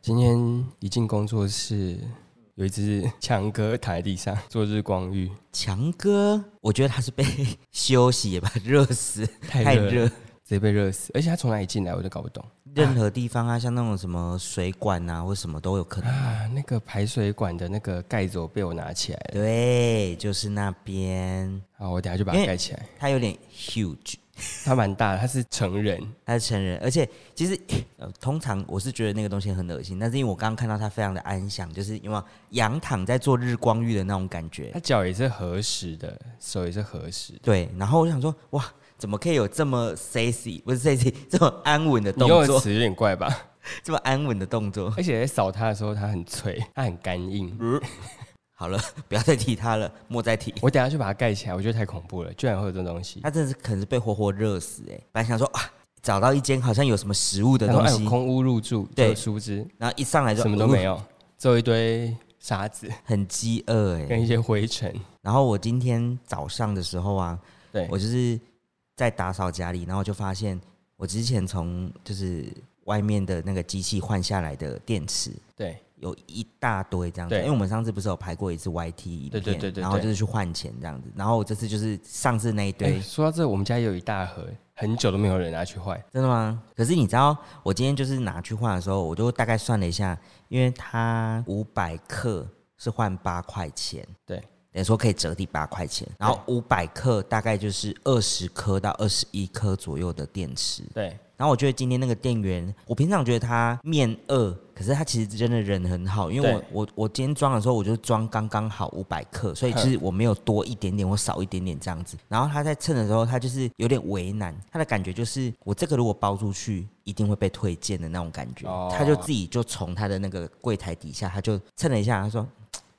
今天一进工作室，有一只强哥躺在地上做日光 浴，强哥，我觉得他是被 休息吧， 热死，太了热直。接被热死。而且他从哪里进来，我就搞不懂任何地方啊，像那种什么水管啊，或什么都 有可能。啊。那个排水管的那个盖子我被我拿起来了，对，就是那边，好，我等下就把哎它盖起来。他有点 huge，它蛮大的，它是成人，他是成人，而且其实、 呃、通常我是觉得那个东西很恶心，但是因为我刚刚看到他非常的安详，就是因为仰躺在做日光浴的那种感觉它。脚也是合十的，手也是合十的。对，然后我想说，哇，怎么可以有这么 sexy 不是 sexy 这么安稳的你动用的作，词有点怪 吧？这么安稳的动作？而且在扫它的时候，它很脆，它很干嗯硬。好了， 不要再提他了，莫再提。我等下去把它盖起来，我觉得太恐怖了，居然会有这种东西。他真的是可能是被活活热死哎、本来想说啊，找到一间好像有什么食物的他说：“东哎，西，有空屋入住，对就殊不知然后一上来就什么都没有，有，只有一堆沙子很饥饿哎。跟一些灰尘。然后我今天早上的时候啊，对我就是在打扫家里，然后就发现我之前从就是外面的那个机器换下来的电池。对有一大堆这样子，对因为我们上次不是有拍过一次 YT 影片，对对对对对然后就是去换钱这样子，然后我这次就是上次那一堆，哎说到这，我们家也有一大盒，很久都没有人拿去换。真的吗？可是你知道，我今天就是拿去换的时候，我就大概算了一下，因为它五百克是换八块钱，对，等于说可以折抵八块钱。然后五百克大概就是二十颗到二十一颗左右的电池。对，然后我觉得今天那个店员，我平常觉得他面恶，可是他其实真的人很好，因为对我我我今天装的时候，我就装刚刚好五百克，所以其实我没有多一点点或少一点点这样子。然后他在称的时候，他就是有点为难，他的感觉就是我这个如果包出去，一定会被推荐的那种感觉。哦他就自己就从他的那个柜台底下，他就称了一下，他说嘖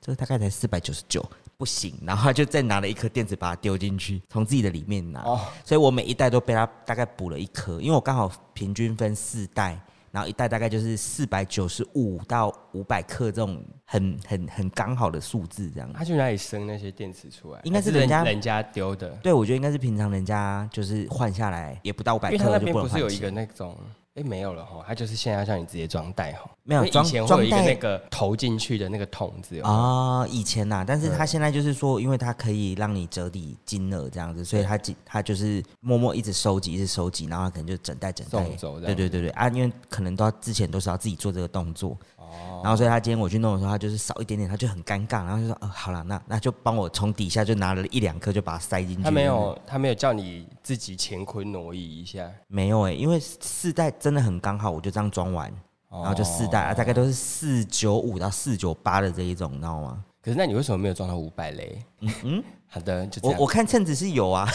这个大概才四百九十九。不行，然后他就再拿了一颗电子把它丢进去，从自己的里面拿。哦，所以我每一袋都被他大概补了一颗，因为我刚好平均分四袋，然后一袋大概就是四百九十五到五百克这种很很很刚好的数字这样。他去哪里生那些电池出来？应该是还是人人家人家丢的，对，我觉得应该是平常人家就是换下来也不到五因百为他克那就边不能不是换有一个钱。那种。哎，没有了哈，他就是现在让你直接装袋哈，没有因为装以前会有装一个那袋个投进去的那个桶子有哦没有啊、以前呐、但是他对现在就是说，因为他可以让你折抵金额这样子，所以他几他就是默默一直收集，一直收集，然后他可能就整袋整袋送走这对样。对对对啊，因为可能都要之前都是要自己做这个动作，哦，然后所以他今天我去弄的时候，他就是少一点点，他就很尴尬，然后就说：“呃，好了，那那就帮我从底下就拿了一两颗，就把它塞进去。”他没嗯有，他没有叫你自己乾坤挪移一下，没有哎、因为四袋真的很刚好，我就这样装完，哦然后就四袋、啊，大概都是四九五到四九八的这一种，你知道吗？可是那你为什么没有装到五百嘞？嗯好的，就这我样。我看称子是有啊，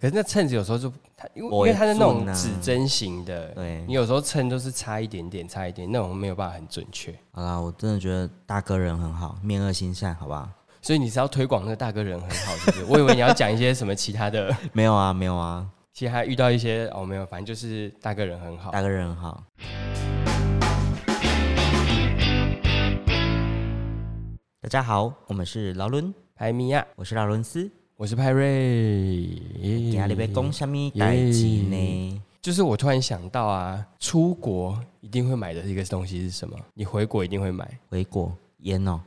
可是那秤子有时候就它，因为因我也为它是那种做呢指针型的，对你，有时候秤都是差一点点，差一点，那种没有办法很准确。好啦，我真的觉得大哥人很好，面恶心善，好不好？所以你是要推广那个大哥人很好，是不 是？我以为你要讲一些什么其他的， 没有啊，没有啊，其他遇到一些哦没有，反正就是大哥人很好。大哥人很好。大家好，我们是劳伦，派米亚，我是劳伦斯。我是派瑞。今日要讲什么代志呢？就是我突然想到啊，出国一定会买的一个东西是什么？你回国一定会买，回国烟哦，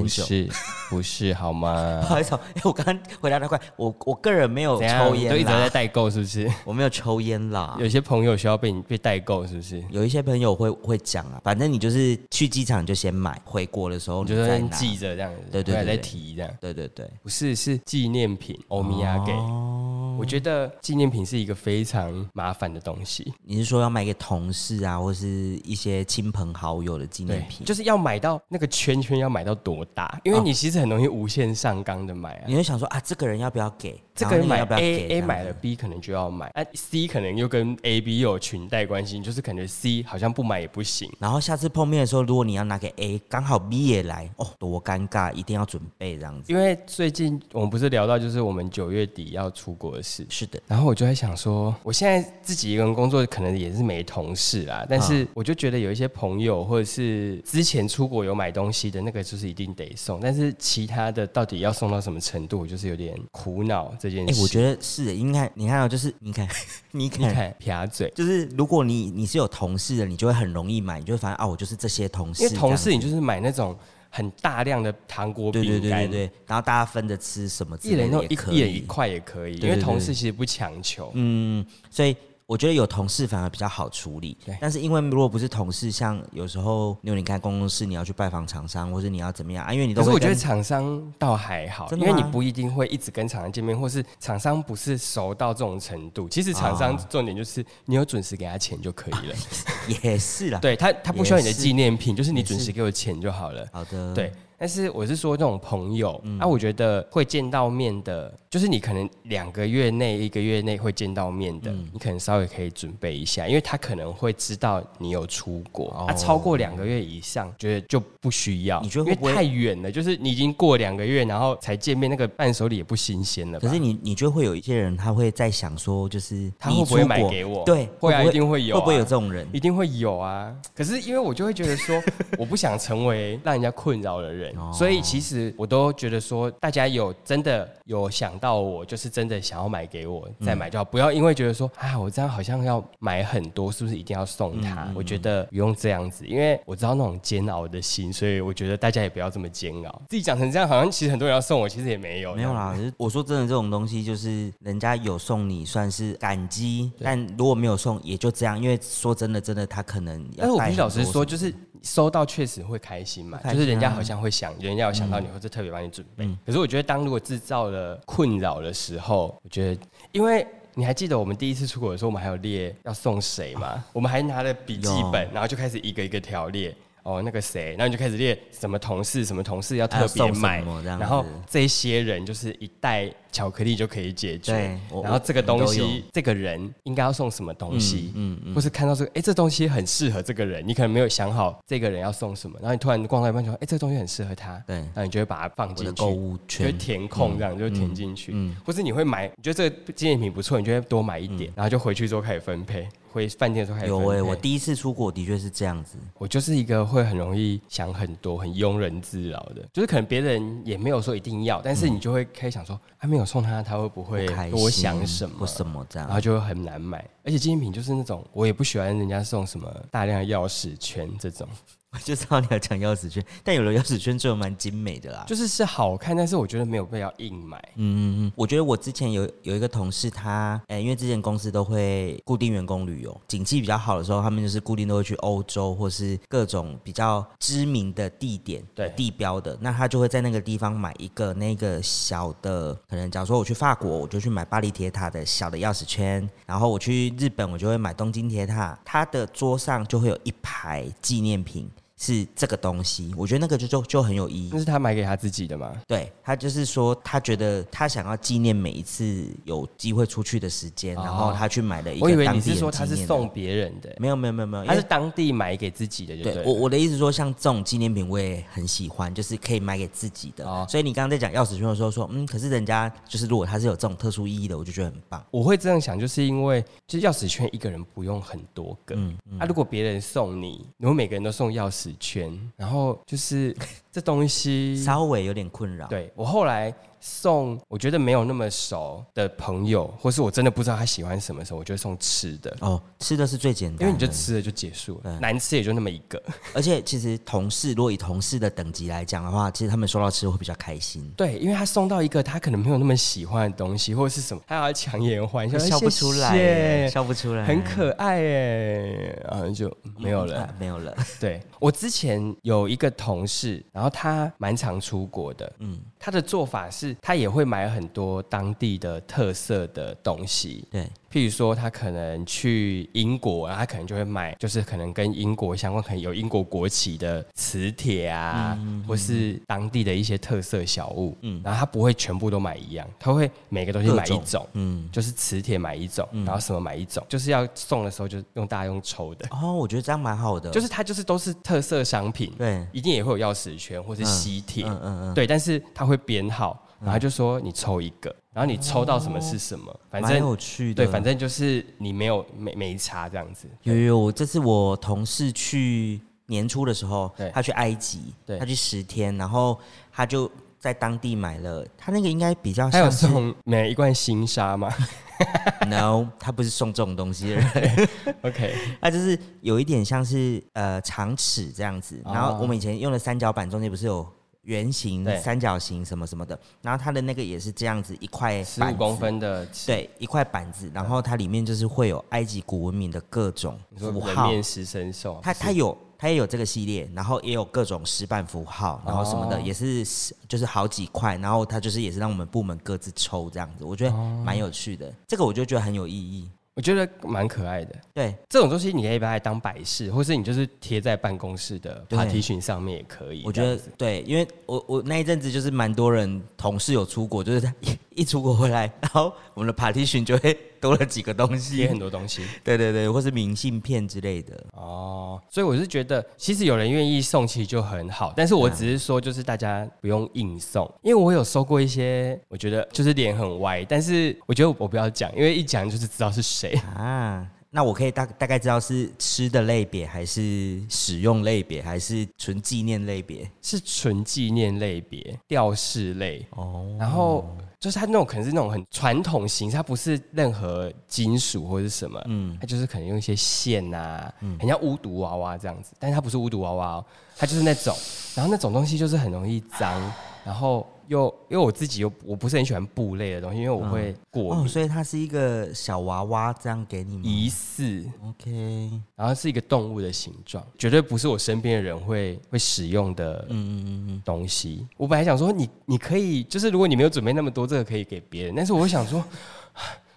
不酒。是啊不是好吗不？好意思哦，因为我刚刚回答太快，我 我个人没有怎样抽你都一烟啊直在啦，代购，是不是？我没有抽烟啦。有些朋友需要被你被代购，是不是？有一些朋友会会讲啊，反正你就是去机场就先买，回国的时候我你觉得再先拿。记着这样子，对对对回来再对提这样。对对对，不是，是纪念品，欧米亚给。哦，我觉得纪念品是一个非常麻烦的东西，你是说要买给同事啊，或是一些亲朋好友的嗯纪念品？就是要买到那个圈圈要买到多大，因为哦你其实很容易无限上纲的买啊你。会想说啊，这个人要不要给？这个人买然后那要不要 A 给 A 这样子买了 B 可能就要买，啊 C 可能又跟 A B 又有裙带关系，就是感觉 C 好像不买也不行。然后下次碰面的时候，如果你要拿给 A，刚好 B 也来，哦，多尴尬，一定要准备这样子。因为最近我们不是聊到就是我们九月底要出国的事。是的，然后我就在想说，我现在自己一个人工作，可能也是没同事啦，但是我就觉得有一些朋友或者是之前出国有买东西的那个，就是一定得送，但是其他的到底要送到什么程度，我就是有点苦恼这件哎、事。我觉得是的。应该你看到、哦就是你 看，你你看，看撇嘴，就是如果你你是有同事的，你就会很容易买，你就会发现啊，我就是这些同事这因样为同子，事你就是买那种很大量的糖果对对饼对干对，对，然后大家分着吃什么之一类人的弄也一可一人一以，块也可以，对因为对同对事其实不强求。嗯，所以。我觉得有同事反而比较好处理对，但是因为如果不是同事，像有时候，因为你看公共事，你要去拜访厂商，或者你要怎么样啊？因为你都可是会我觉得跟厂商倒还好，真因的为你吗不一定会一直跟厂商见面，或是厂商不是熟到这种程度。其实厂商啊重点就是你有准时给他钱就可 以了，也是啦，对他他不需要你的纪念品，就是你也是准时给我钱就好了。好的，对，但是我是说这种朋友，嗯啊，我觉得会见到面的，就是你可能两个月内、一个月内会见到面的，嗯你可能稍微可以准备一下，因为他可能会知道你有出国，啊，超过两个月以上，觉得就不需要，哦你觉得会因不会为太远了，就是你已经过两个月，然后才见面，那个伴手礼也不新鲜了吧。可是你，你就会有一些人，他会在想说，就是他你会不会出买国给我对，会啊不一定会有啊会不会有这种人？一定会有啊。可是因为我就会觉得 说，我不想成为让人家困扰的人，哦所以其实我都觉得说，大家有真的有想到我，就是真的想要买给我再买就嗯好，不要因为觉得说啊，我这样好像要买很多，是不是一定要送他？嗯我觉得不用这样子，因为我知道那种煎熬的心，所以我觉得大家也不要这么煎熬。自己讲成这样，好像其实很多人要送我，其实也没有，啊没有啦，就是我说真的，这种东西就是人家有送你算是感激，但如果没有送也就这样，因为说真的，真的他可能要带但很是多哎我什必须么。老实说，就是收到确实会开心嘛，会开就是心人家啊嗯好像会想，人家有想到你，或者特别帮你准备。可是我觉得，当如果制造了困扰的时候，我觉得，因为你还记得我们第一次出国的时候，我们还有列要送谁嘛？啊我们还拿了笔记本，然后就开始一个一个条列。哦，那个谁，然后你就开始列什么同事，什么同事要特要别送什买么这，样子然后这些人就是一袋巧克力就可以解决对我。然后这个我东们都有西这个人应该要送什么东西，嗯嗯，或是看到这个，哎、这东西很适合这个人，你可能没有想好这个人要送什么，然后你突然逛到一半说，哎、这个东西很适合他，对然后你就会把它放我进的去，购物就会圈，嗯填空这样，就填进去，或是你会买，你觉得这个纪念品不错，你就会多买一点，然后就回去之后开始分配，回饭店的时候开始嗯有分哎、配。我第一次出国的确是这样子，我就是一个会很容易想很多、很庸人自扰的，就是可能别人也没有说一定要，但是你就会开始想说，还、没有送他，他会不会嗯不开心多想什么啊或？什么这然后样。就会很难买，而且纪念品就是那种我也不喜欢人家送什么大量的钥匙圈这种， 我就知道你要讲钥匙圈，但有的钥匙圈就蛮精美的啦。就是是好看，但是我觉得没有必要硬买。嗯嗯嗯，我觉得我之前有有一个同事他，呃，因为之前公司都会固定员工旅游，景气比较好的时候，他们就是固定都会去欧洲或是各种比较知名的地点、对地标的，那他就会在那个地方买一个那个小的，可能假如说我去法国，我就去买巴黎铁塔的小的钥匙圈，然后我去日本，我就会买东京铁塔，他的桌上就会有一排纪念品。是这个东西，我觉得那个就就就很有意义那。是他买给他自己的吗？对他就是说，他觉得他想要纪念每一次有机会出去的时间，然后他去买了一个哦我以为当你地是人说他纪是念的送别人的、没有没有没有没有，因他是为当地买给自己的就对对了我我的意思说，像这种纪念品我也很喜欢，就是可以买给自己的。哦所以你刚刚在讲钥匙圈的时候说，嗯，可是人家就是如果他是有这种特殊意义的，我就觉得很棒。我会这样想，就是因为就是钥匙圈一个人不用很多个，嗯啊，如果别人送你，如果每个人都送钥匙圈，然后就是 这东西，稍微有点困扰。对我后来送，我觉得没有那么熟的朋友，或是我真的不知道他喜欢什么时候，我就会送吃的，哦，吃的是最简单的，因为你就吃了就结束嗯了，难吃也就那么一个。而且其实同事如果以同事的等级来讲的话，其实他们收到吃的会比较开心。对，因为他送到一个他可能没有那么喜欢的东西，或者是什么，他还要强颜欢笑，哎笑不出来耶，谢谢笑不出来，很可爱哎，然后就没有了。啊没有 了。对我之前有一个同事，然后他蛮常出国的，嗯，他的做法是，他也会买很多当地的特色的东西。对，譬如说，他可能去英国，啊然后他可能就会买，就是可能跟英国相关，可能有英国国旗的磁铁嗯啊，或是当地的一些特色小物。嗯，然后他不会全部都买一样，他会每个东西各买一种种，嗯，就是磁铁买一种，然后什么买一种，就是要送的时候就用大家用抽的。哦，我觉得这样蛮好的，就是它就是都是特色商品，对，一定也会有钥匙圈或是吸铁，嗯嗯嗯嗯，嗯对，但是它会编号，然后就说你抽一个，然后你抽到什么是什么，反蛮正有趣的。对，反正就是你没有没没差这样子。嗯有有有，我这次我同事去年初的时候对，他去埃及，对他去十天，然后他就在当地买了，他那个应该比较还有像是送每一罐新沙吗 no，他不是送这种东 西的人， ？OK，它就是有一点像是呃长尺这样子，哦然后我们以前用的三角板中间不是有圆形对、三角形什么什么的，然后它的那个也是这样子一块十板五子公，分的，对，一块板子，然后它里面就是会有埃及古文明的各种你说符人号，面食神兽，啊它它有它也有这个系列，然后也有各种石板符号，然后什么的、哦也是十就是好几块，然后它就是也是让我们部门各自抽这样子，我觉得哦蛮有趣的，这个我就觉得很有意义，我觉得蛮可爱的。对。这种东西你可以把它当摆饰，或是你就是贴在办公室的对 partition 上面也可以。我觉这样得子对，因为我我那一阵子就是蛮多人同事有出国，就是他一一出国回来，然后我们的 partition 就会多了几个东贴西很，多东西对对对，或是明信片之类的。哦，所以我是觉得，其实有人愿意送，其实就很好。但是我啊只是说，就是大家不用硬送，因为我有收过一些，我觉得就是脸很歪，但是我觉得我不要讲，因为一讲就是知道是谁。啊，那我可以大大概知道是吃的类别，还是使用类别，还是纯纪念类别？是纯纪念类别、吊饰类，哦，然后就是它那种可能是那种很传统型，它不是任何金属或者是什么，嗯，它就是可能用一些线啊，嗯很像巫毒娃娃这样子，但是它不是巫毒娃娃哦，它就是那种，然后那种东西就是很容易脏，然后又因为我自己又我不是很喜欢布类的东西，因为我会过哦，敏，所以它是一个小娃娃这样给你吗疑似，嗯？OK，然后是一个动物的形状，绝对不是我身边的人会会使用的嗯嗯嗯嗯，东西。我本来想说你你可以，就是如果你没有准备那么多，这个可以给别人。但是我想说，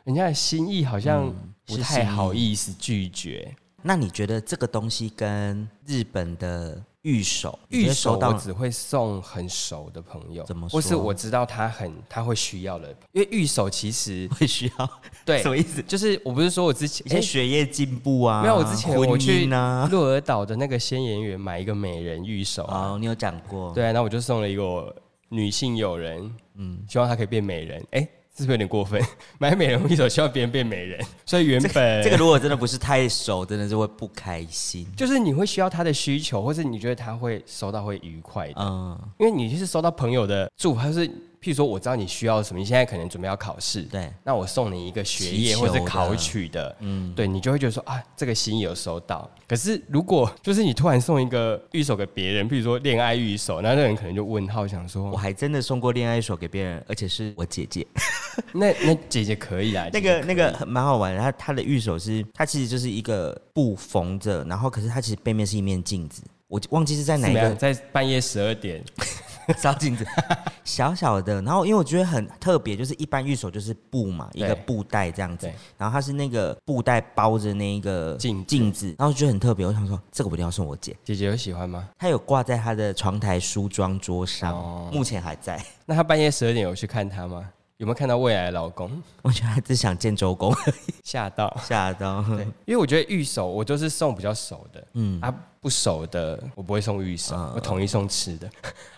人家的心意好像不是太心意好意思拒绝。那你觉得这个东西跟日本的玉手，你觉预得手收我到只会送很熟的朋友，怎么或是说我知道他很他会需要的，因为预手其 实会需要对什，么意思？就是我不是说我之前以前诶学业进步啊，没有，我之前我婚去姻啊，鹿儿岛的那个仙岩园买一个美人玉手啊，哦，你有讲过，对啊，那我就送了一个我女性友人，嗯，希望她可以变美人。哎、是不是有点过分？ 买美人一手希望别人变美人，所以原本这个如果真的不是太熟，真的是会不开心。就是你会需要她的需求，或是你觉得她会收到会愉快的，嗯，因为你就是收到朋友的祝福，还是譬如说我知道你需要什么，你现在可能准备要考试，对，那我送你一个学祈业求或的者考取的，嗯，对你就会觉得说啊，这个心意有收到。可是如果就是你突然送一个玉手给别人，譬如说恋爱玉手，那那人可能就问号，想说我还真的送过恋爱手给别人，而且是我姐姐。那那姐姐可以啊，那姐姐个那个很蛮好玩的，它它的玉手是它其实就是一个布缝着，然后可是它其实背面是一面镜子，我忘记是在哪怎一么个样？在半夜十二点，照 镜子，小小的。然后因为我觉得很特别，就是一般玉手就是布嘛，一对个布袋这样子对，然后它是那个布袋包着那一个镜子镜子，然后觉得很特别。我想说，这个我一定要送我姐，姐姐有喜欢吗？她有挂在她的床台梳妆桌上，哦目前还在。 那她半夜十二点有去看她吗？有没有看到未来的老公？我觉得她只想见周公， 吓到。吓到。对，因为我觉得玉手我就是送比较熟的，嗯，啊不熟的我不会送玉啊手，我统一送吃的，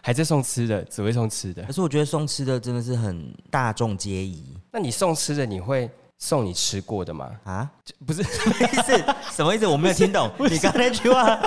还在送吃的，只会送吃的可。是我觉得送吃的真的是很大众皆宜那你送吃的，你会送你吃过的吗？ 啊，就不是，意思什么意思？我没有听懂你刚才那句话。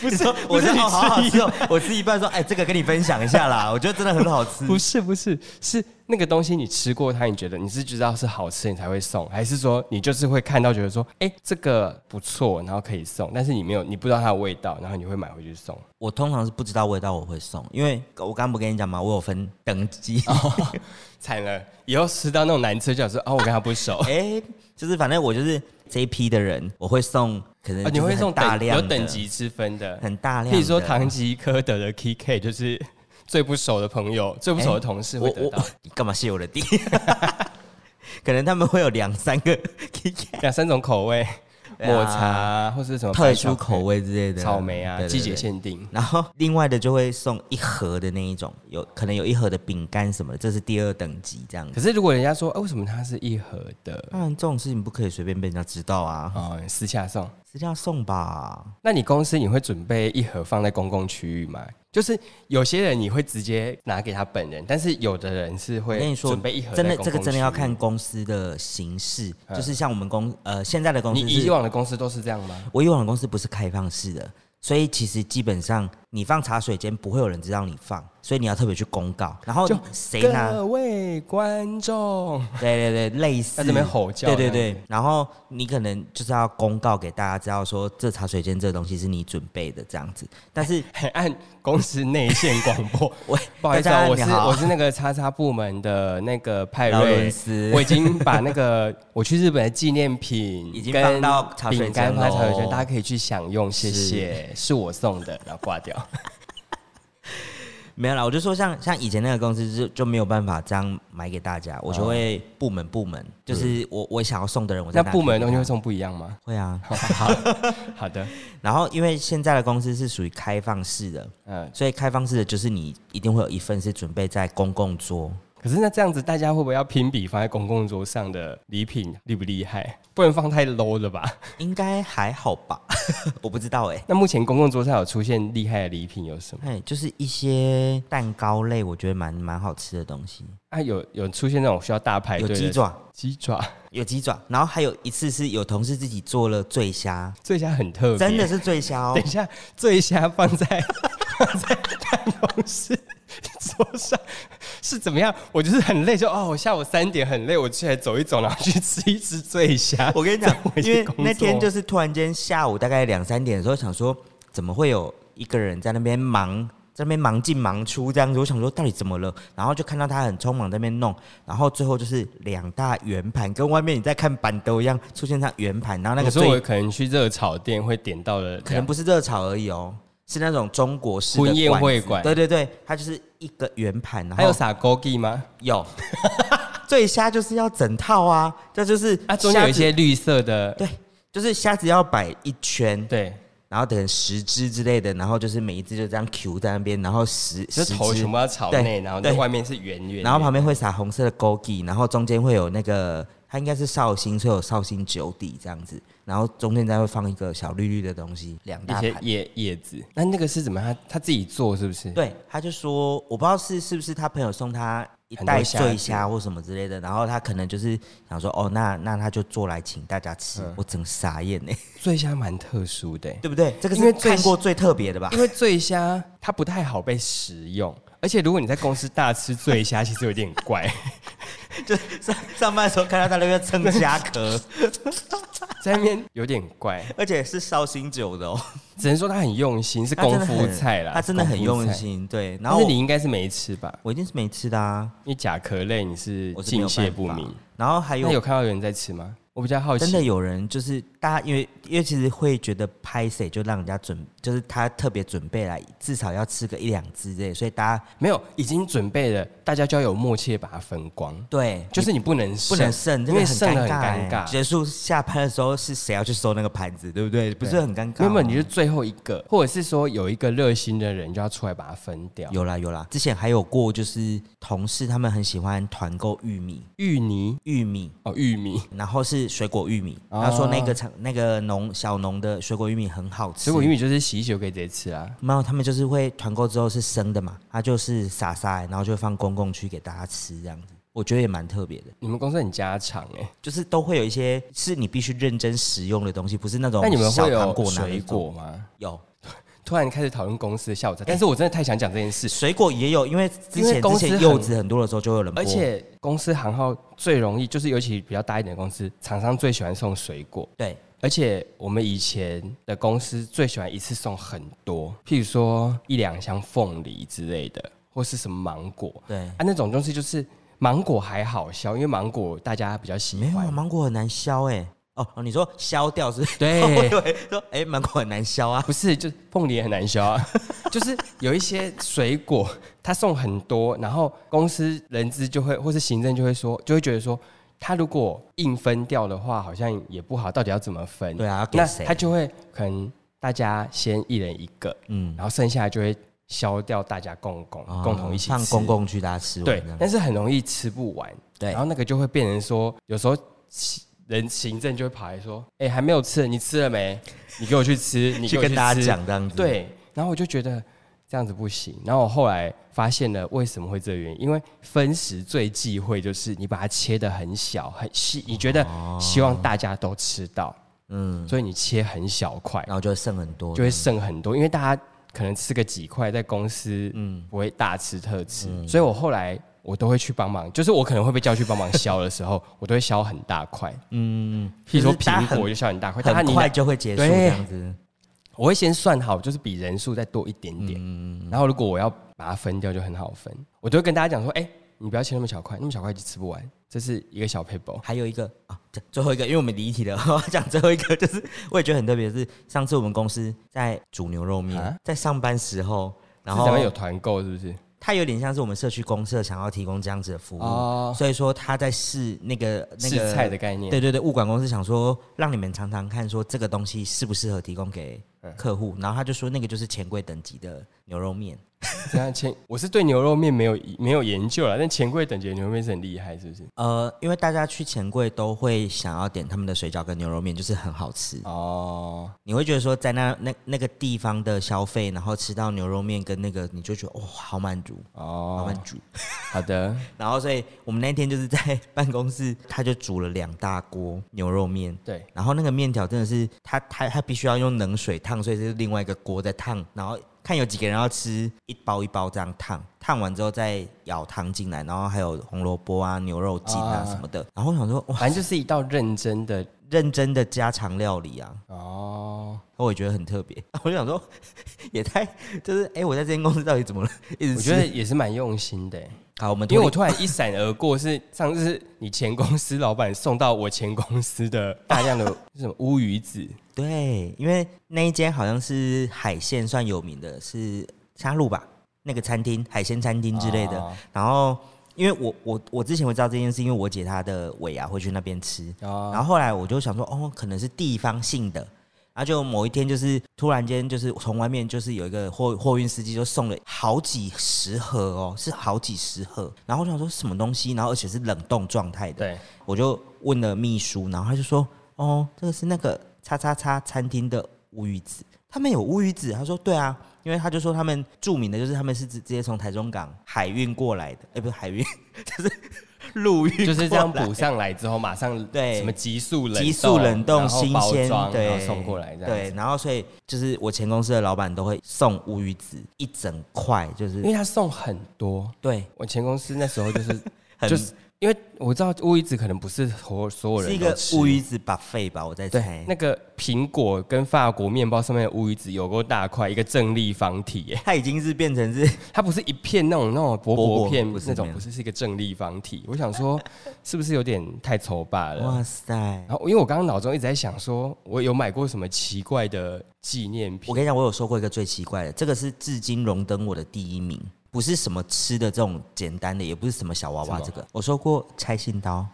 不是， 我不是真你的好好吃吃哦！我吃一半说，哎，这个跟你分享一下啦，我觉得真的很好吃。 不是，不是，是那个东西你吃过它，你觉得你是知道是好吃，你才会送，还是说你就是会看到觉得说，哎、这个不错，然后可以送，但是你没有，你不知道它的味道，然后你会买回去送。我通常是不知道味道我会送，因为我刚刚不跟你讲嘛，我有分等级。哦惨了，以后吃到那种难吃，就想说，哦，我跟他不 熟。 哎、就是反正我就是这一批的人，我会送，可能啊、你就是会很送大等量有的等，级之分的，很大量譬的。如说堂吉诃德的 K K 就是最不熟的朋友、最不熟的同事会我得我 到。你干嘛谢我的地？可能他们会有两三个 两三种口味，对啊抹茶或是什么特白巧殊克口味之类的，哦草莓啊，对对季节对限定。然后另外的就会送一盒的那一种，有可能有一盒的饼干什么的，这是第二等级这样可子。是如果人家说，哎、为什么它是一盒的？当然这种事情不可以随便被人家知道啊，哦，私下送。私下送吧。那你公司你会准备一盒放在公共区域吗？就是有些人你会直接拿给他本人，但是有的人是我会跟你说，准备一盒在真的公这个共真的区要域看公司的形式，就是像我们公呃现在的公司你是，以往的公司都是这样吗？我以往的公司不是开放式的，所以其实基本上你放茶水间不会有人知道你放，所以你要特别去公告，然后谁拿？各位观众， 对对对，类似在这边吼叫对对这样对，然后你可能就是要公告给大家知道说这茶水间这东西是你准备的这样子，但是。还按公司内线广播我不好意思大啊、家我是你好我是那个叉叉部门的那个派劳伦瑞斯，我已经把那个我去日本的纪念品已经跟放到茶水饼干间放到茶水间，咯大家可以去享用，谢谢，是我送的，然后挂掉。没有啦，我就说像像以前那个公司就就没有办法这样买给大家，我就会部门部门，就是我我想要送的人，我再哦嗯那拿部门给的东西他会送不一样 吗？会啊。好好好的，然后因为现在的公司是属于开放式的，嗯，所以开放式的就是你一定会有一份是准备在公共桌，可是那这样子，大家会不会要评比放在公共桌上的礼品厉不厉害？不能放太 low 了吧？ 应该还好吧？ 我不知道哎、那目前公共桌上有出现厉害的礼品有什么？哎，就是一些蛋糕类，我觉得蛮蛮好吃的东西，啊，有有出现那种需要大排有队的鸡爪，鸡爪，有鸡爪，然后还有一次是有同事自己做了醉虾，醉虾很特别，真的。是醉虾哦等一，下，醉虾放在 放在办公室桌上是怎么样？我就是很累，就哦，我下午三点很累，我起来走一走，然后去吃一吃醉虾。我 跟你讲这样，回因去为工作那天就是突然间下午大概两三点的时候，想说怎么会有一个人在那边忙，在那边忙进忙出这样子，我想说到底怎么了，然后就看到他很匆忙在那边弄，然后最后就是两大圆盘，跟外面你在看板凳一样出现上圆盘，然后那个你说我最可能去热炒店会点到的，可能不是热炒而已哦。是那种中国式的婚宴馆子会馆对对对，它就是一个圆盘，然还有后撒枸杞吗？ 有醉虾就是要整套啊，这就是啊，中间有一虾子些绿色的，对，就是虾子要摆一圈，对，然后等十只之类的，然后就是每一只就这样 Q 在那边，然后十就十是头只全，部要朝对内，然后在对外面是圆圆的，然后旁边会撒红色的枸杞，然后中间会有那个它应该是绍兴，所以有绍兴酒底这样子，然后中间再会放一个小绿绿的东西，两一大些盘。叶叶子。那那个是怎么样？他他自己做是不是？对，他就说我不知道是是不是他朋友送他一很多袋虾醉子虾或什么之类的，然后他可能就是想说哦，那那他就做来请大家吃，我整傻眼呢，醉虾蛮特殊的欸、嗯 对不对？这个因为是醉看过最特别的吧 因？为醉虾它不太好被食用，而且如果你在公司大吃醉 虾，其实有点怪。就是上 上班的时候看到他那边蹭虾 壳。在那边有点怪，而且是绍兴酒的哦，只能说他很用心，是功夫菜啦。他真的很是功夫用菜，心。对，然但后是我你应该是没吃吧？我一定是没吃的啊，因为甲壳类你是我是没境有界办不法明。。然后还那有有看到有人在吃吗？我比较好奇。真的有人就是大家，因为因为其实会觉得拍谁就让人家准，就是他特别准备来，至少要吃个一两只之类，所以大家没有，已经准备了，大家就要有默契地把它分光，对就是你不能不能剩，因真的为很剩了很尴尴尬欸。尬。结束下班的时候是谁要去收那个盘子，对不对？不是很尴尬哦原吗？本你是最后一个，或者是说有一个热心的人就要出来把它分掉。有啦有啦，之前还有过，就是同事他们很喜欢团购玉米，芋泥玉米哦，玉米，然后是水果玉米，哦他说那个厂那个农小农的水果玉米很好吃。水果玉米就是洗一洗就可以直接吃啊。没有，他们就是会团购之后是生的嘛，它就是撒撒来，然后就放公共区给大家吃这样子。我觉得也蛮特别的，你们公司很家常哎、就是都会有一些是你必须认真食用的东西，不是那种那你们小会糖有果拿那水种果吗？有突然开始讨论公司的下午茶，但是我真的太想讲这件事，水果也有，因为之因前为公之司前很柚子很多的时候就会有人剥，而且公司行号最容易就是，尤其比较大一点的公司，厂商最喜欢送水果。对而且我们以前的公司最喜欢一次送很多，譬如说一两箱凤梨之类的，或是什么芒果对，啊，那种东西就是芒果还好削，因为芒果大家比较喜没有啊，欢。芒果很难削哎、哦哦，你说削掉是不是？对 我以为说哎、芒果很难削啊，不是，就凤梨也很难削 啊，就是有一些水果他送很多，然后公司人资就会或是行政就会说，就会觉得说。他如果硬分掉的话，好像也不好，到底要怎么分？对啊要嗯给那谁他就会可能大家先一人一个，嗯，然后剩下就会消掉大家共共、哦共同一起放吃公共区大家吃完对这，样但是很容易吃不完，对然后那个就会变成说，有时候行人行政就会跑来说，哎、还没有吃，你吃了没？你给我去吃，你给 去我跟大家吃讲这样子。，对，然后我就觉得这样子不行。然后我后来发现了为什么会这个原因，因为分食最忌讳就是你把它切得很小很细，你觉得哦希望大家都吃到，嗯，所以你切很小块，然后就会剩很多，就会剩很多，因为大家可能吃个几块，在公司嗯不会大吃特吃，嗯所以我后来我都会去帮忙，就是我可能会被叫去帮忙削的时候，我都会削很大块，嗯，譬如说就是大苹家很果就削很大块，但它很你快就会结束对这样子，我会先算好，就是比人数再多一点嗯点，然后如果我要把它分掉，就很好分，我都会跟大家讲说，哎、你不要切那么小块，那么小块就吃不完，这是一个小 paper。还有一个啊，这最后一个，因为我们离题了， 我要讲最后一个，就是我也觉得很特别，是上次我们公司在煮牛肉面啊，在上班时候，然是咱后们有团购是不是？它有点像是我们社区公社想要提供这样子的服务，哦所以说他在试那个那试个菜的概念对对对，物管公司想说让你们尝尝看，说这个东西适不适合提供给嗯客户，然后他就说那个就是钱柜等级的牛肉面，这样钱，我是对牛肉面没有没有研究了，但钱柜等级的牛肉面是很厉害，是不是？呃，因为大家去钱柜都会想要点他们的水饺跟牛肉面，就是很好吃。哦，你会觉得说在那那那个地方的消费，然后吃到牛肉面跟那个，你就觉得哇、好满足，好哦满，足。好的，然后所以我们那天就是在 办公室，他就煮了两大锅牛肉面。对，然后那个面条真的是，他他他必须要用冷水烫，所以是另外一个锅在烫。然后看有几个人要吃，一包一包这样烫，烫完之后再舀汤进来，然后还有红萝卜啊、牛肉筋啊啊什么的。然后我想说，哇，反正就是一道认真的认真的家常料理啊，哦。我也觉得很特别。 我就想说，也太就是哎、我在这间公司到底怎么了？ 一直我吃觉得也是蛮用心的欸，好，我们因为脱我离突然一闪而过，是上次是你前公司老板送到我前公司 的大量的是什么乌鱼子，对，因为那一间好像是海鲜算有名的，是沙鹿吧？那个餐厅，海鲜餐嗯厅之类的。哦然后，因为我我我之前我知道这件事，因为我姐她的尾牙会去那边吃，哦然后后来我就想说，哦，可能是地方性的。然后就某一天，就是突然间，就是从外面就是有一个货货运司机就送了好几十盒哦，是好几十盒。然后我想说什么东西，然后而且是冷冻状态的。对，我就问了秘书，然后他就说：“哦，这个是那个叉叉叉餐厅的乌鱼子，他们有乌鱼子。”他说：“对啊，因为他就说他们著名的就是他们是直直接从台中港海运过来的，哎、不是海运， 就是陆运，就是这样补。”上来之后，马上对什么急速冷冻急速冷冻、然后新包鲜，装然后对，送过来这样对，子，然后所以就是我前公司的老板都会送乌鱼子一整块，就因是为他送很多，对，我前公司那时候就是 很就是因为我知道乌鱼子可能不是所所有是一人都个吃乌鱼子 buffet 吧，我在对猜，。那个苹果跟法国面包上面的乌鱼子有够大块，一个正立方体耶，它已经是变成是它不是一片那种那种薄薄片薄薄不是那没种，有不是是一个正立方体。我想 说，是不是有点太丑霸了？哇塞然！后因为我刚刚脑中一直在想说，我有买过什么奇怪的纪念我品？跟你讲，我有收过一个最奇怪的，这个是至今荣登我的第一名，不是什么吃的这种简单的，也不是什么小娃娃什么这个。我收过拆信刀，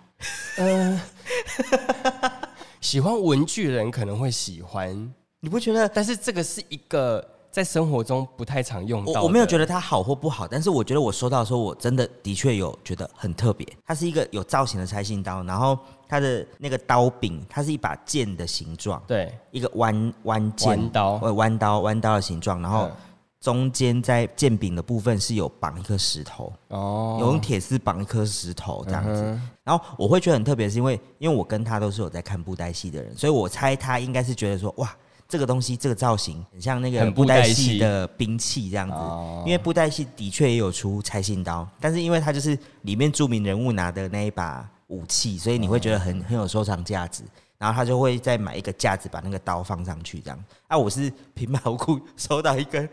喜欢文具的人可能会喜欢，你不觉得？但是这个是一个在生活中不太常用到的我我没有觉得它好或不好，但是我觉得我收到的时候，我真的的确有觉得很特别。它是一个有造型的拆信刀，然后它的那个刀柄，它是一把剑的形状，对一个弯弯剑弯刀呃弯刀弯刀的形状，然后嗯中间在剑柄的部分是有绑一颗石头。哦，有用铁丝绑一颗石头这样子。嗯哼然后我会觉得很特别，是因为因为我跟他都是有在看布袋戏的人，所以我猜他应该是觉得说，哇，这个东西这个造型很像那个很布布袋袋戏戏的兵器这样子。哦因为布袋戏的确也有出拆信刀，但是因为它就是里面著名人物拿的那一把武器，所以你会觉得很很有收藏价值。然后他就会再买一个架子，把那个刀放上去，这样。啊，我是平白无故收到一根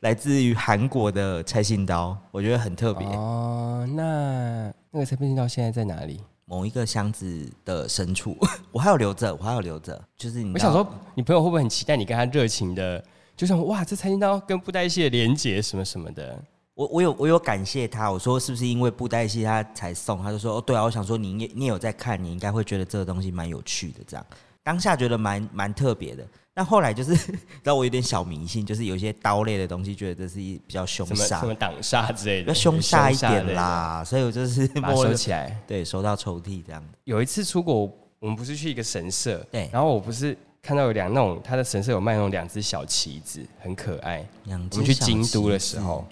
来自于韩国的拆信刀，我觉得很特别。哦，那那个拆变到现在在哪里？某一个箱子的深处， 我还有留着，我还有留着，就是你我知想道说，你朋友会不会很期待你跟他热情的，就像哇，这餐厅刀跟布袋戏的连结什么什么的，我我有我有感谢他，我说是不是因为布袋戏他才送？他就说哦对啊，我想说你也你也有在看，你应该会觉得这个东西蛮有趣的，这样当下觉得蛮蛮特别的。但后来就是 让我有点小迷信，就是有一些刀类的东西，觉得这是一比较凶什么什煞么，挡煞之类比的，较凶煞一类点的，啦，所以我就是把它摸收了起来。对收到抽屉这样。有一次出国，我们不是去一个神社，对然后我不是看到有两那种它的神社有卖那种两只小旗子，很可爱。两我只们去小京都的旗时子候，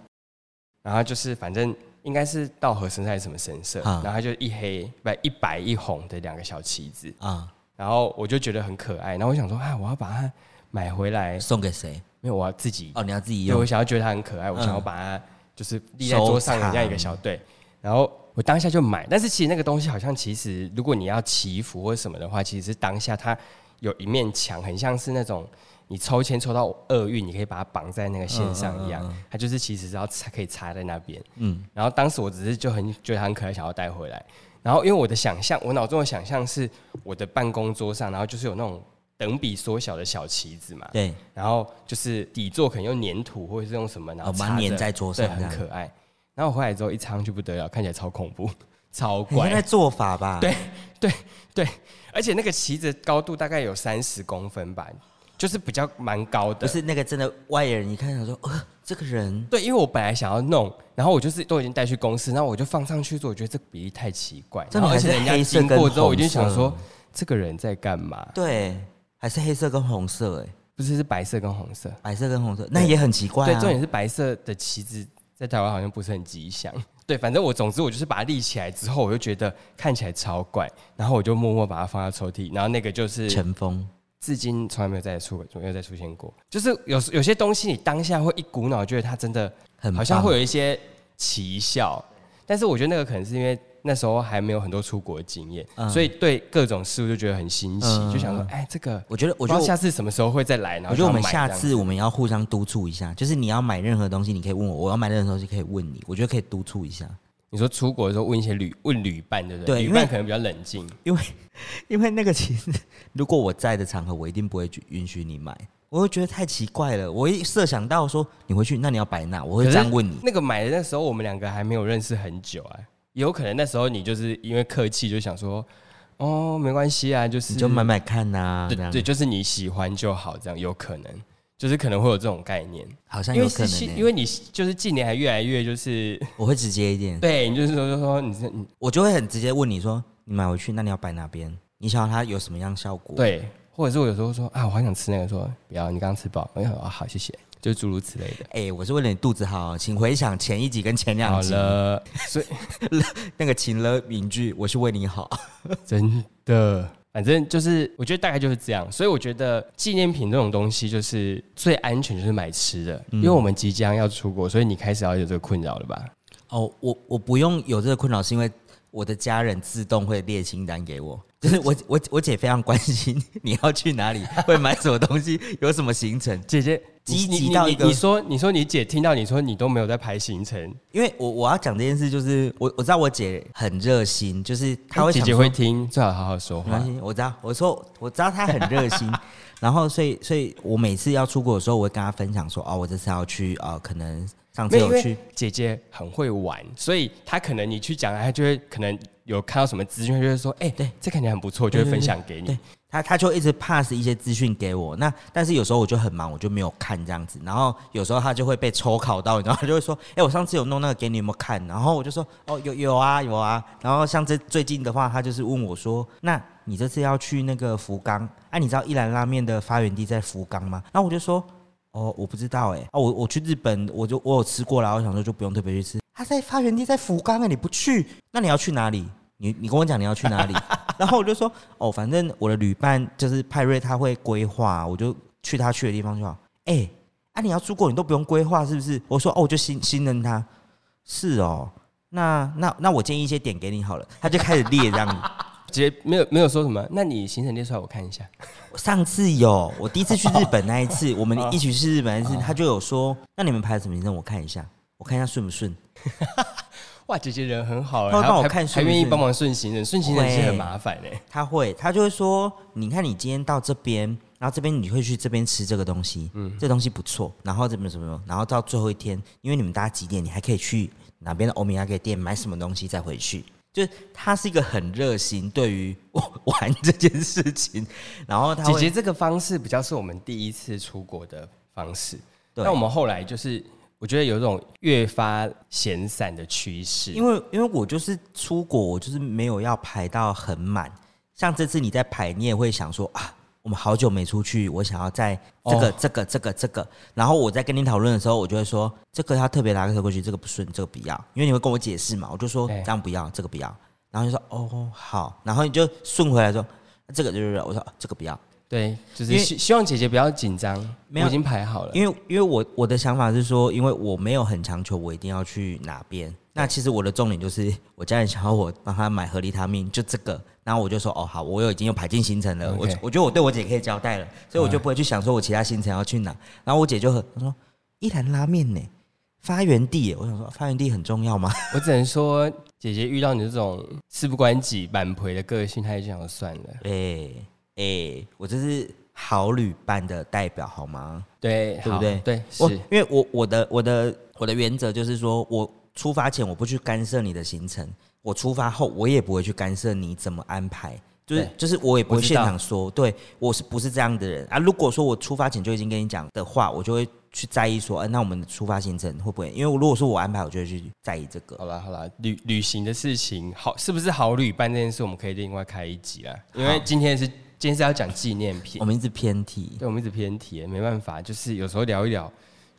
然后就是反正应该是道和神社还是什么神社，啊然后它就一黑不一白一红的两个小旗子，啊，然后我就觉得很可爱，然后我想说啊，我要把它买回来，送给谁？因为我要自己，哦，你要自己对我用想要觉得它很可爱，我想要嗯把它就是立在桌上的这样一个小对，然后。我当下就买，但是其实那个东西好像其实，如果你要祈福或什么的话，其实是当下它有一面墙，很像是那种你抽签抽到厄运，你可以把它绑在那个线上一样，它就是其实是要插可以插在那边。嗯，然后当时我只是就很觉得它很可爱，想要带回来。然后因为我的想象，我脑中的想象是我的办公桌上，然后就是有那种等比缩小的小旗子嘛，对，然后就是底座可能用粘土或者是用什么，然后哦把它插着粘在桌上对，这很样可爱。然后我回来之后一插上去不得了，看起来超恐怖，超 你看那怪。做法吧，对对 对，而且那个旗子高度大概有三十公分吧，就是比较蛮高不的。是那个真的外人一看想说，呃，这个人对，因为我本来想要弄，然后我就是都已经带去公司，然后我就放上去之后，我觉得这个比例太奇怪，这然后还而是且人家黑色经跟过之后，我红就想色说这个人在干嘛？对，还是黑色跟红色，哎，不是是白色跟红色，白色跟红色，那也很奇怪对，啊。重点是白色的旗子在台湾好像不是很吉祥。 对，反正我总之我就是把它立起来之后，我就觉得看起来超怪，然后我就默默把它放在抽屉，然后那个就是尘封，至今从来没有再出，没有再出现过。就是有有些东西你当下会一股脑觉得它真的很好像棒会有一些奇效，但是我觉得那个可能是因为那时候还没有很多出国经验，嗯所以对各种事物就觉得很新奇，嗯就想说，哎，这个我觉得，我我觉觉得得下次什么时候会再来，然后我觉得就我要们买下这样次我们要互相督促一下，就是你要买任何东西，你可以问我；我要买任何东西可以问你。我觉得可以督促一下， 你说出国的时候问一些旅问旅伴，对不对？对因为旅伴可能比较冷静。因为因为那个其实，如果我在的场合，我一定不会去允许你买，我会觉得太奇怪了。我一设想到说你回去，那你要摆哪，我会可这是样问你。那个买的那时候，我们两个还没有认识很久啊，也有可能那时候你就是因为客气，就想说，哦，没关系啊，就是你就买买看呐、这对样对，就是你喜欢就好，这样有可能，就是可能会有这种概念，好像因有为可是能欸、新因为你就是近年还越来越 就是，我会直接一点，对你就是说就说你是你我就会很直接问你说，你买回去，那你要摆哪边？你想要它有什么样效果？，对，或者是我有时候说啊，我好想吃那个，说不要，你刚刚吃饱，我想啊好，谢谢，就诸如此类的。哎、我是为了你肚子好，请回想前一集跟前两好集了，所以 那个情了名句，我是为你好。真的，反正就是我觉得大概就是这样。所以我觉得纪念品这种东西，就是最安全就是买吃的，嗯因为我们即将要出国，所以你开始要有这个困扰了吧？哦，我我不用有这个困扰，是因为我的家人自动会列清单给我。 就是我我我姐非常关心 你要去哪里，会买什么东西，有什么行程。姐姐，积你极你到你一个你说你说你姐听到你说你都没有在排行程，因为我我要讲这件事，就是我我知道我姐很热心，就是她会姐想姐说哎会听，最好好好说没关话。系，我知道，我说我知道她很热心， 然后所以所以我每次要出国的时候，我会跟她分享说，哦，我这次要去，呃，可能上次没有，因有去为，姐姐很会玩，所以她可能你去讲，她就会可能有看到什么资讯，她就会说，哎、对这看起来很不错，就会对对分享给你对。他他就一直 pass 一些资讯给我，那但是有时候我就很忙，我就没有看这样子，然后有时候他就会被抽考到，然后 他就会说，哎、我上次有弄那个给你，有没有看？然后我就说，哦，有有啊有啊。然后像这最近的话，他就是问我说，那你这次要去那个福冈？啊，你知道一兰拉面的发源地在福冈吗？然后我就说，哦，我不知道哎、啊，我我去日本，我就我有吃过啦，我想说就不用特别去吃。他在发源地在福冈哎、你不去，那你要去哪里？你你跟我讲你要去哪里？然后我就说哦，反正我的旅伴就是派瑞，他会规划，我就去他去的地方就好。哎、啊，你要出国你都不用规划是不是？我说哦，我就信信任他，是哦。那那那我建议一些点给你好了，他就开始列这样子。姐姐没有没有说什么，那你行程列出来我看一下。上次有，我第一次去日本那一次，我们一起去日本那一次，他就有说，那你们排什么行程？我看一下，我看一下顺不顺。哇，姐姐人很好、欸，她会还帮我还看还顺不愿意顺帮忙顺行人，顺行人是会很麻烦哎、他会，他就会说，你看你今天到这边，然后这边你会去这边吃这个东西，嗯，这东西不错，然后怎么怎么，然后到最后一天，因为你们搭几点，你还可以去哪边的欧米茄店买什么东西再回去。就是他是一个很热心对于我玩这件事情，然后他姐会姐这个方式比较是我们第一次出国的方式，对那我们后来就是我觉得有一种越发闲散的趋势，因为为因为我就是出国，我就是没有要排到很满。像这次你在排，你也会想说啊，我们好久没出去，我想要在这个、哦这个、这个、这个，然后我在跟你讨论的时候，我就会说这个要特别拉个车过去，这个不顺，这个不要，因为你会跟我解释嘛，我就说对这样不要，这个不要，然后就说哦好，然后你就顺回来说啊这个就是我说这个不要，对，就因是为希希望姐姐不要紧张，没有我已经排好了。因为因为我我的想法是说，因为我没有很强求我一定要去哪边。那其实我的重点就是，我家人想要我帮他买合利他命，就这个。然后我就说，哦，好，我有已经有排进行程了。我 OK 我觉得我对我姐可以交代了，所以我就不会去想说我其他行程要去哪。然后我姐就很她说，一兰拉面呢，发源地耶。我想说，发源地很重要吗？我只能说，姐姐遇到你这种事不关己、满陪的个性，她也就想算了。 哎哎、哎我这是好旅伴的代表好吗？对，对不好对对，我是因为我我的我的我的原则就是说，我出发前我不去干涉你的行程，我出发后我也不会去干涉你怎么安排。就是对就是我也不我会知现道场说，对我是不是这样的人啊？如果说我出发前就已经跟你讲的话，我就会去在意说，哎、那我们的出发行程会不会？因为如果说我安排，我就会去在意这个。好啦好啦，旅旅行的事情，好是不是好旅伴这件事，我们可以另外开一集啦。因为今天是今天是要讲纪念品我，们一直偏题。对我们一直偏题，没办法，就是有时候聊一聊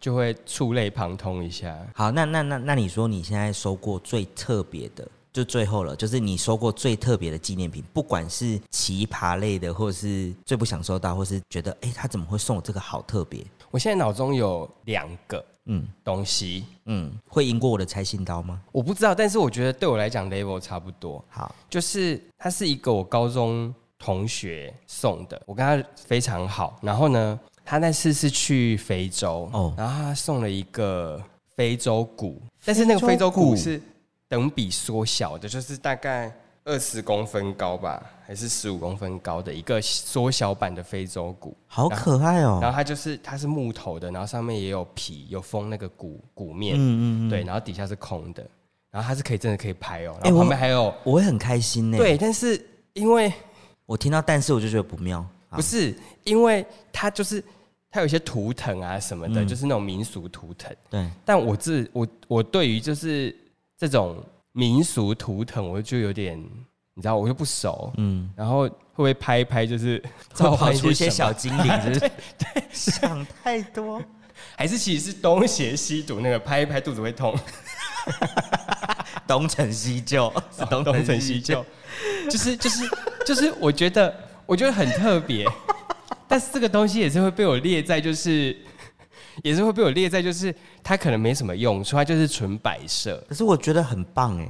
就会触类旁通一下。好，那那那那你说你现在收过最特别的，就最后了，就是你收过最特别的纪念品，不管是奇葩类的，或是最不想收到，或是觉得哎、诶他怎么会送我这个好特别？我现在脑中有两个嗯东西，嗯，会赢过我的拆信刀吗？我不知道，但是我觉得对我来讲 level 差不多，好，就是它是一个我高中同学送的，我跟他非常好。然后呢，他那次是去非洲，哦然后他送了一个非洲鼓，但是那个非洲非洲鼓鼓是等比缩小的，就是大概二十公分高吧，还是十五公分高的一个缩小版的非洲鼓。好可爱哦、然后它就是它是木头的，然后上面也有皮，有封那个鼓鼓面，嗯嗯嗯，对，然后底下是空的，然后它是可以真的可以拍哦，哎然后我旁边还有、我会很开心呢、，对，但是因为我听到但是我就觉得不妙，好不是因为它就是它有一些图腾啊什么嗯的，就是那种民俗图腾，对，但我自我我对于就是这种民俗图腾，我就有点你知道，我就不熟，嗯，然后会不会拍一拍就是会造跑化出一些什么小精灵， 就是 想太多。还是其实是东邪西毒那个拍一拍肚子会痛。东成西就，是 东东成西就，就是就是就是，我觉得我觉得很特别，但是这个东西也是会被我列在就是。也是会被我列在，就是它可能没什么用处，它就是纯摆设。可是我觉得很棒哎、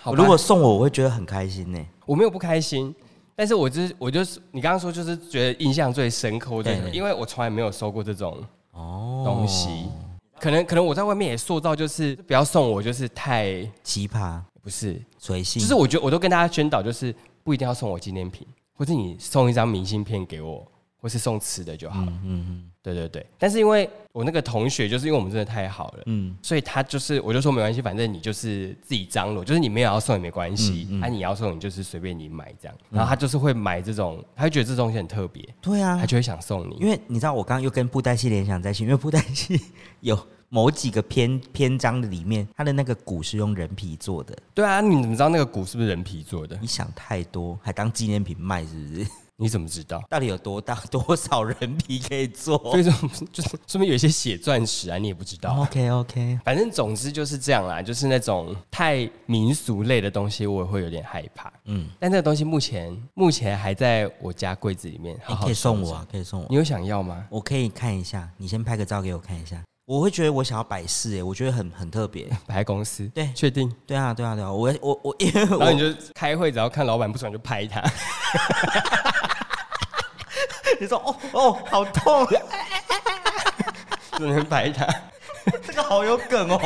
好吧如果送我，我会觉得很开心呢、我没有不开心，但是我就是我就是你刚刚说，就是觉得印象最深刻，我最对因为我从来没有收过这种哦，东西，可能可能我在外面也塑造，就是不要送我，就是太奇葩不是随性，就是我觉得我都跟大家宣导，就是不一定要送我纪念品，或是你送一张明信片给我，或是送吃的就好了。嗯嗯对对对，但是因为我那个同学，就是因为我们真的太好了。嗯所以他就是，我就说没关系，反正你就是自己张罗，就是你没有要送也没关系，嗯嗯啊，你要送你就是随便你买这样。然后他就是会买这种，他会觉得这东西很特别，嗯，对啊他，就会想送你。因为你知道我刚刚又跟布袋戏联想在一起，因为布袋戏 有某几个篇篇章的里面，它的那个鼓是用人皮做的，对啊，你怎么知道那个鼓是不是人皮做的你？想太多，还当纪念品卖是不是？ 你怎么知道？到底有多大多少人皮可以做所以说， 就是说明有一些血钻石啊，你也不知道。 ？OK OK，反正总之就是这样啦，就是那种太民俗类的东西，我也会有点害怕。嗯，但这个东西目前目前还在我家柜子里面，好你好可以送收我着。啊，可以送我你。有想要吗？我可以看一下，你先拍个照给我看一下。我会觉得我想要摆饰哎，我觉得很很 特别。摆在公司，对确定。对啊，对啊，对啊，我我我，因为然后我你就开会，只要看老板不爽就拍他。 你说哦哦，好痛， 只能拍他，这个好有梗哦，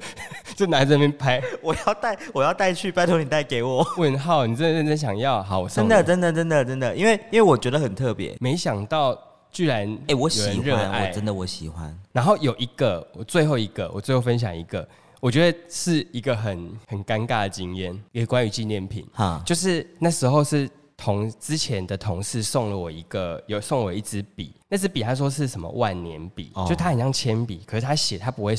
就拿在那边拍。我要带我要带去，拜托你带给我。问号，你真的认真想要？好，我送真你 的，真的，真的，真的，因为因为我觉得很特别。没想到居然哎、我有人喜热欢，爱我真的我喜欢。然后有一个，我最后一个，我最后分享一个，我觉得是一个很很尴尬的经验，也关于纪念品，哈，就是那时候是同之前的同事送了我一个，有送我一支笔，那支笔他说是什么万年笔，哦就它很像铅笔，可是他写他不会，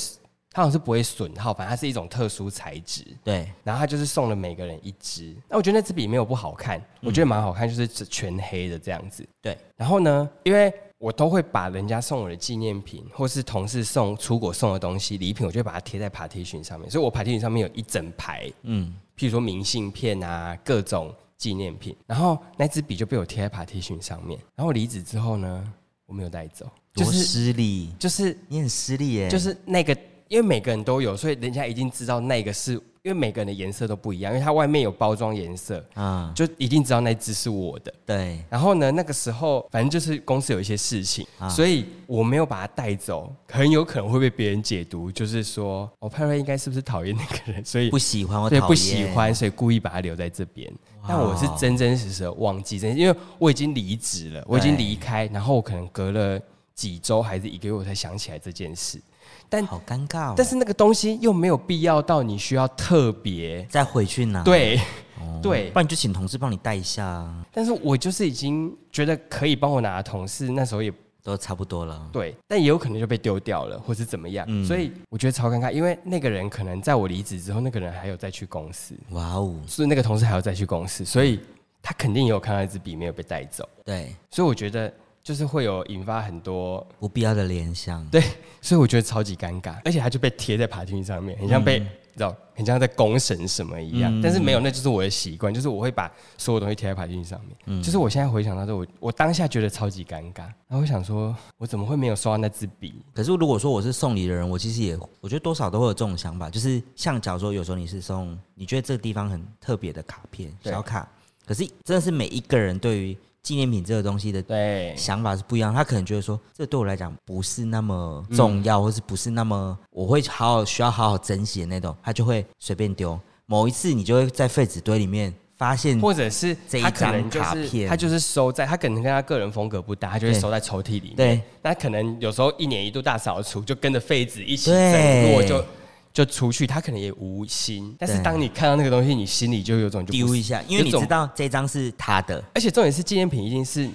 它好像是不会损耗，反正它是一种特殊材质。对，然后他就是送了每个人一支，那我觉得那支笔没有不好看，我觉得蛮好看，就是全黑的这样子。嗯对，然后呢，因为我都会把人家送我的纪念品，或是同事送出国送的东西礼品，我就会把它贴在 partition 上面，所以我 partition 上面有一整排，嗯，譬如说明信片啊，各种纪念品。然后那支笔就被我贴在 partition 上面。然后我离职之后呢，我没有带走，就多是失礼，就是你很失礼耶，就是那个，因为每个人都有，所以人家已经知道那个是，因为每个人的颜色都不一样，因为它外面有包装颜色，啊，就一定知道那只是我的。对，然后呢，那个时候反正就是公司有一些事情，啊所以我没有把它带走，很有可能会被别人解读，就是说，哦，派瑞应该是不是讨厌那个人，所以不喜欢我对讨厌，不喜，欢，所以故意把它留在这边。但我是真真实实的忘记，真因为我已经离职了，我已经离开，然后我可能隔了几周还是一个月，我才想起来这件事。但好尴尬哦。但是那个东西又没有必要到你需要特别再回去拿，对、啊哦对不，然你就请同事帮你带一下啊，但是我就是已经觉得可以帮我拿的同事，那时候也都差不多了。对，但也有可能就被丢掉了，或是怎么样，嗯所以我觉得超尴尬，因为那个人可能在我离职之后，那个人还有再去公司，哇哦，所以那个同事还要再去公司，所以他肯定也有看到一支笔没有被带走，对，所以我觉得就是会有引发很多不必要的联想，对，所以我觉得超级尴尬，而且他就被贴在爬梯上面，很像被、嗯你知道，很像在公审什么一样。但是没有，那就是我的习惯，就是我会把所有东西贴在爬梯上面。嗯就是我现在回想到这，我我当下觉得超级尴尬，然后我想说，我怎么会没有收到那支笔？可是如果说我是送礼的人，我其实也，我觉得多少都会有这种想法，就是像假如说有时候你是送，你觉得这个地方很特别的卡片对小卡，可是真的是每一个人对于纪念品这个东西的对，想法是不一样，他可能觉得说这对我来讲不是那么嗯重要，或是不是那么我会好好需要好好珍惜的那种，他就会随便丢。某一次你就会在废纸堆里面发现，或者是这一他可能张就卡是片他就是收在，他可能跟他个人风格不搭，他就会对收在抽屉里面。对，那可能有时候一年一度大扫除，就跟着废纸一起对整落就就出去，他可能也无心。但是对当你看到那个东西，你心里就有种就不丢一下，因为你有种知道这张是他的，而且重点是纪念品一定是，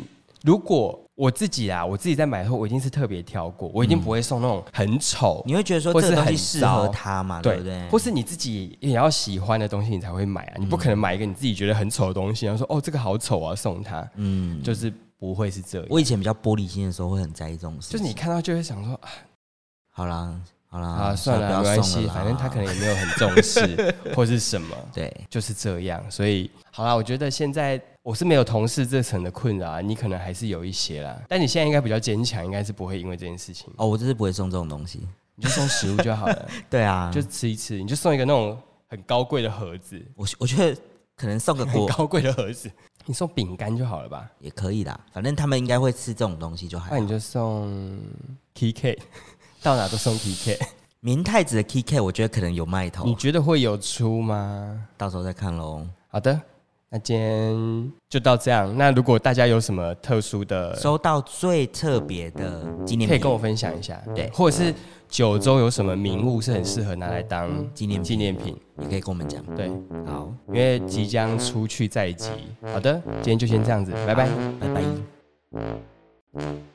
如果我自己啊，我自己在买的时候，我一定是特别挑过，我一定不会送那种很丑，你会觉得说或这是个东西很适糟合他嘛，嗯对对不对？嗯或是你自己也要喜欢的东西，你才会买啊，你不可能买一个你自己觉得很丑的东西，然后说哦这个好丑啊送他，嗯，就是不会是这样。我以前比较玻璃心的时候会很在意这种事就情，是你看到就会想说啊好啦好啦啊算了啊，不没关要送系，了啦反正他可能也没有很重 视或是什么，对就是这样。所以好啦，我觉得现在我是没有同事这层的困扰啊，你可能还是有一些啦，但你现在应该比较坚强，应该是不会因为这件事情。哦，我就是不会送这种东 西，你就送食物就好 了，对啊，就就吃一吃，你就送一个那种很高贵的盒子，我我觉得可能送个很果高贵的盒子，你送饼干就好了吧？也可以啦，反正他们应该会吃这种东西就还那好你。就送 T K，到哪都送 T K，明太子的 K K 我觉得可能有卖你头，觉得会有出吗？到时候再看喽。好的，那今天就到这样。那如果大家有什么特殊的，收到最特别的纪念可以品，跟我分享一下，对或者是九州有什么名物是很适合拿来当纪念品纪念品，也可以跟我们讲。对，好，因为即将出去在即。好的，今天就先这样子，拜拜。拜拜。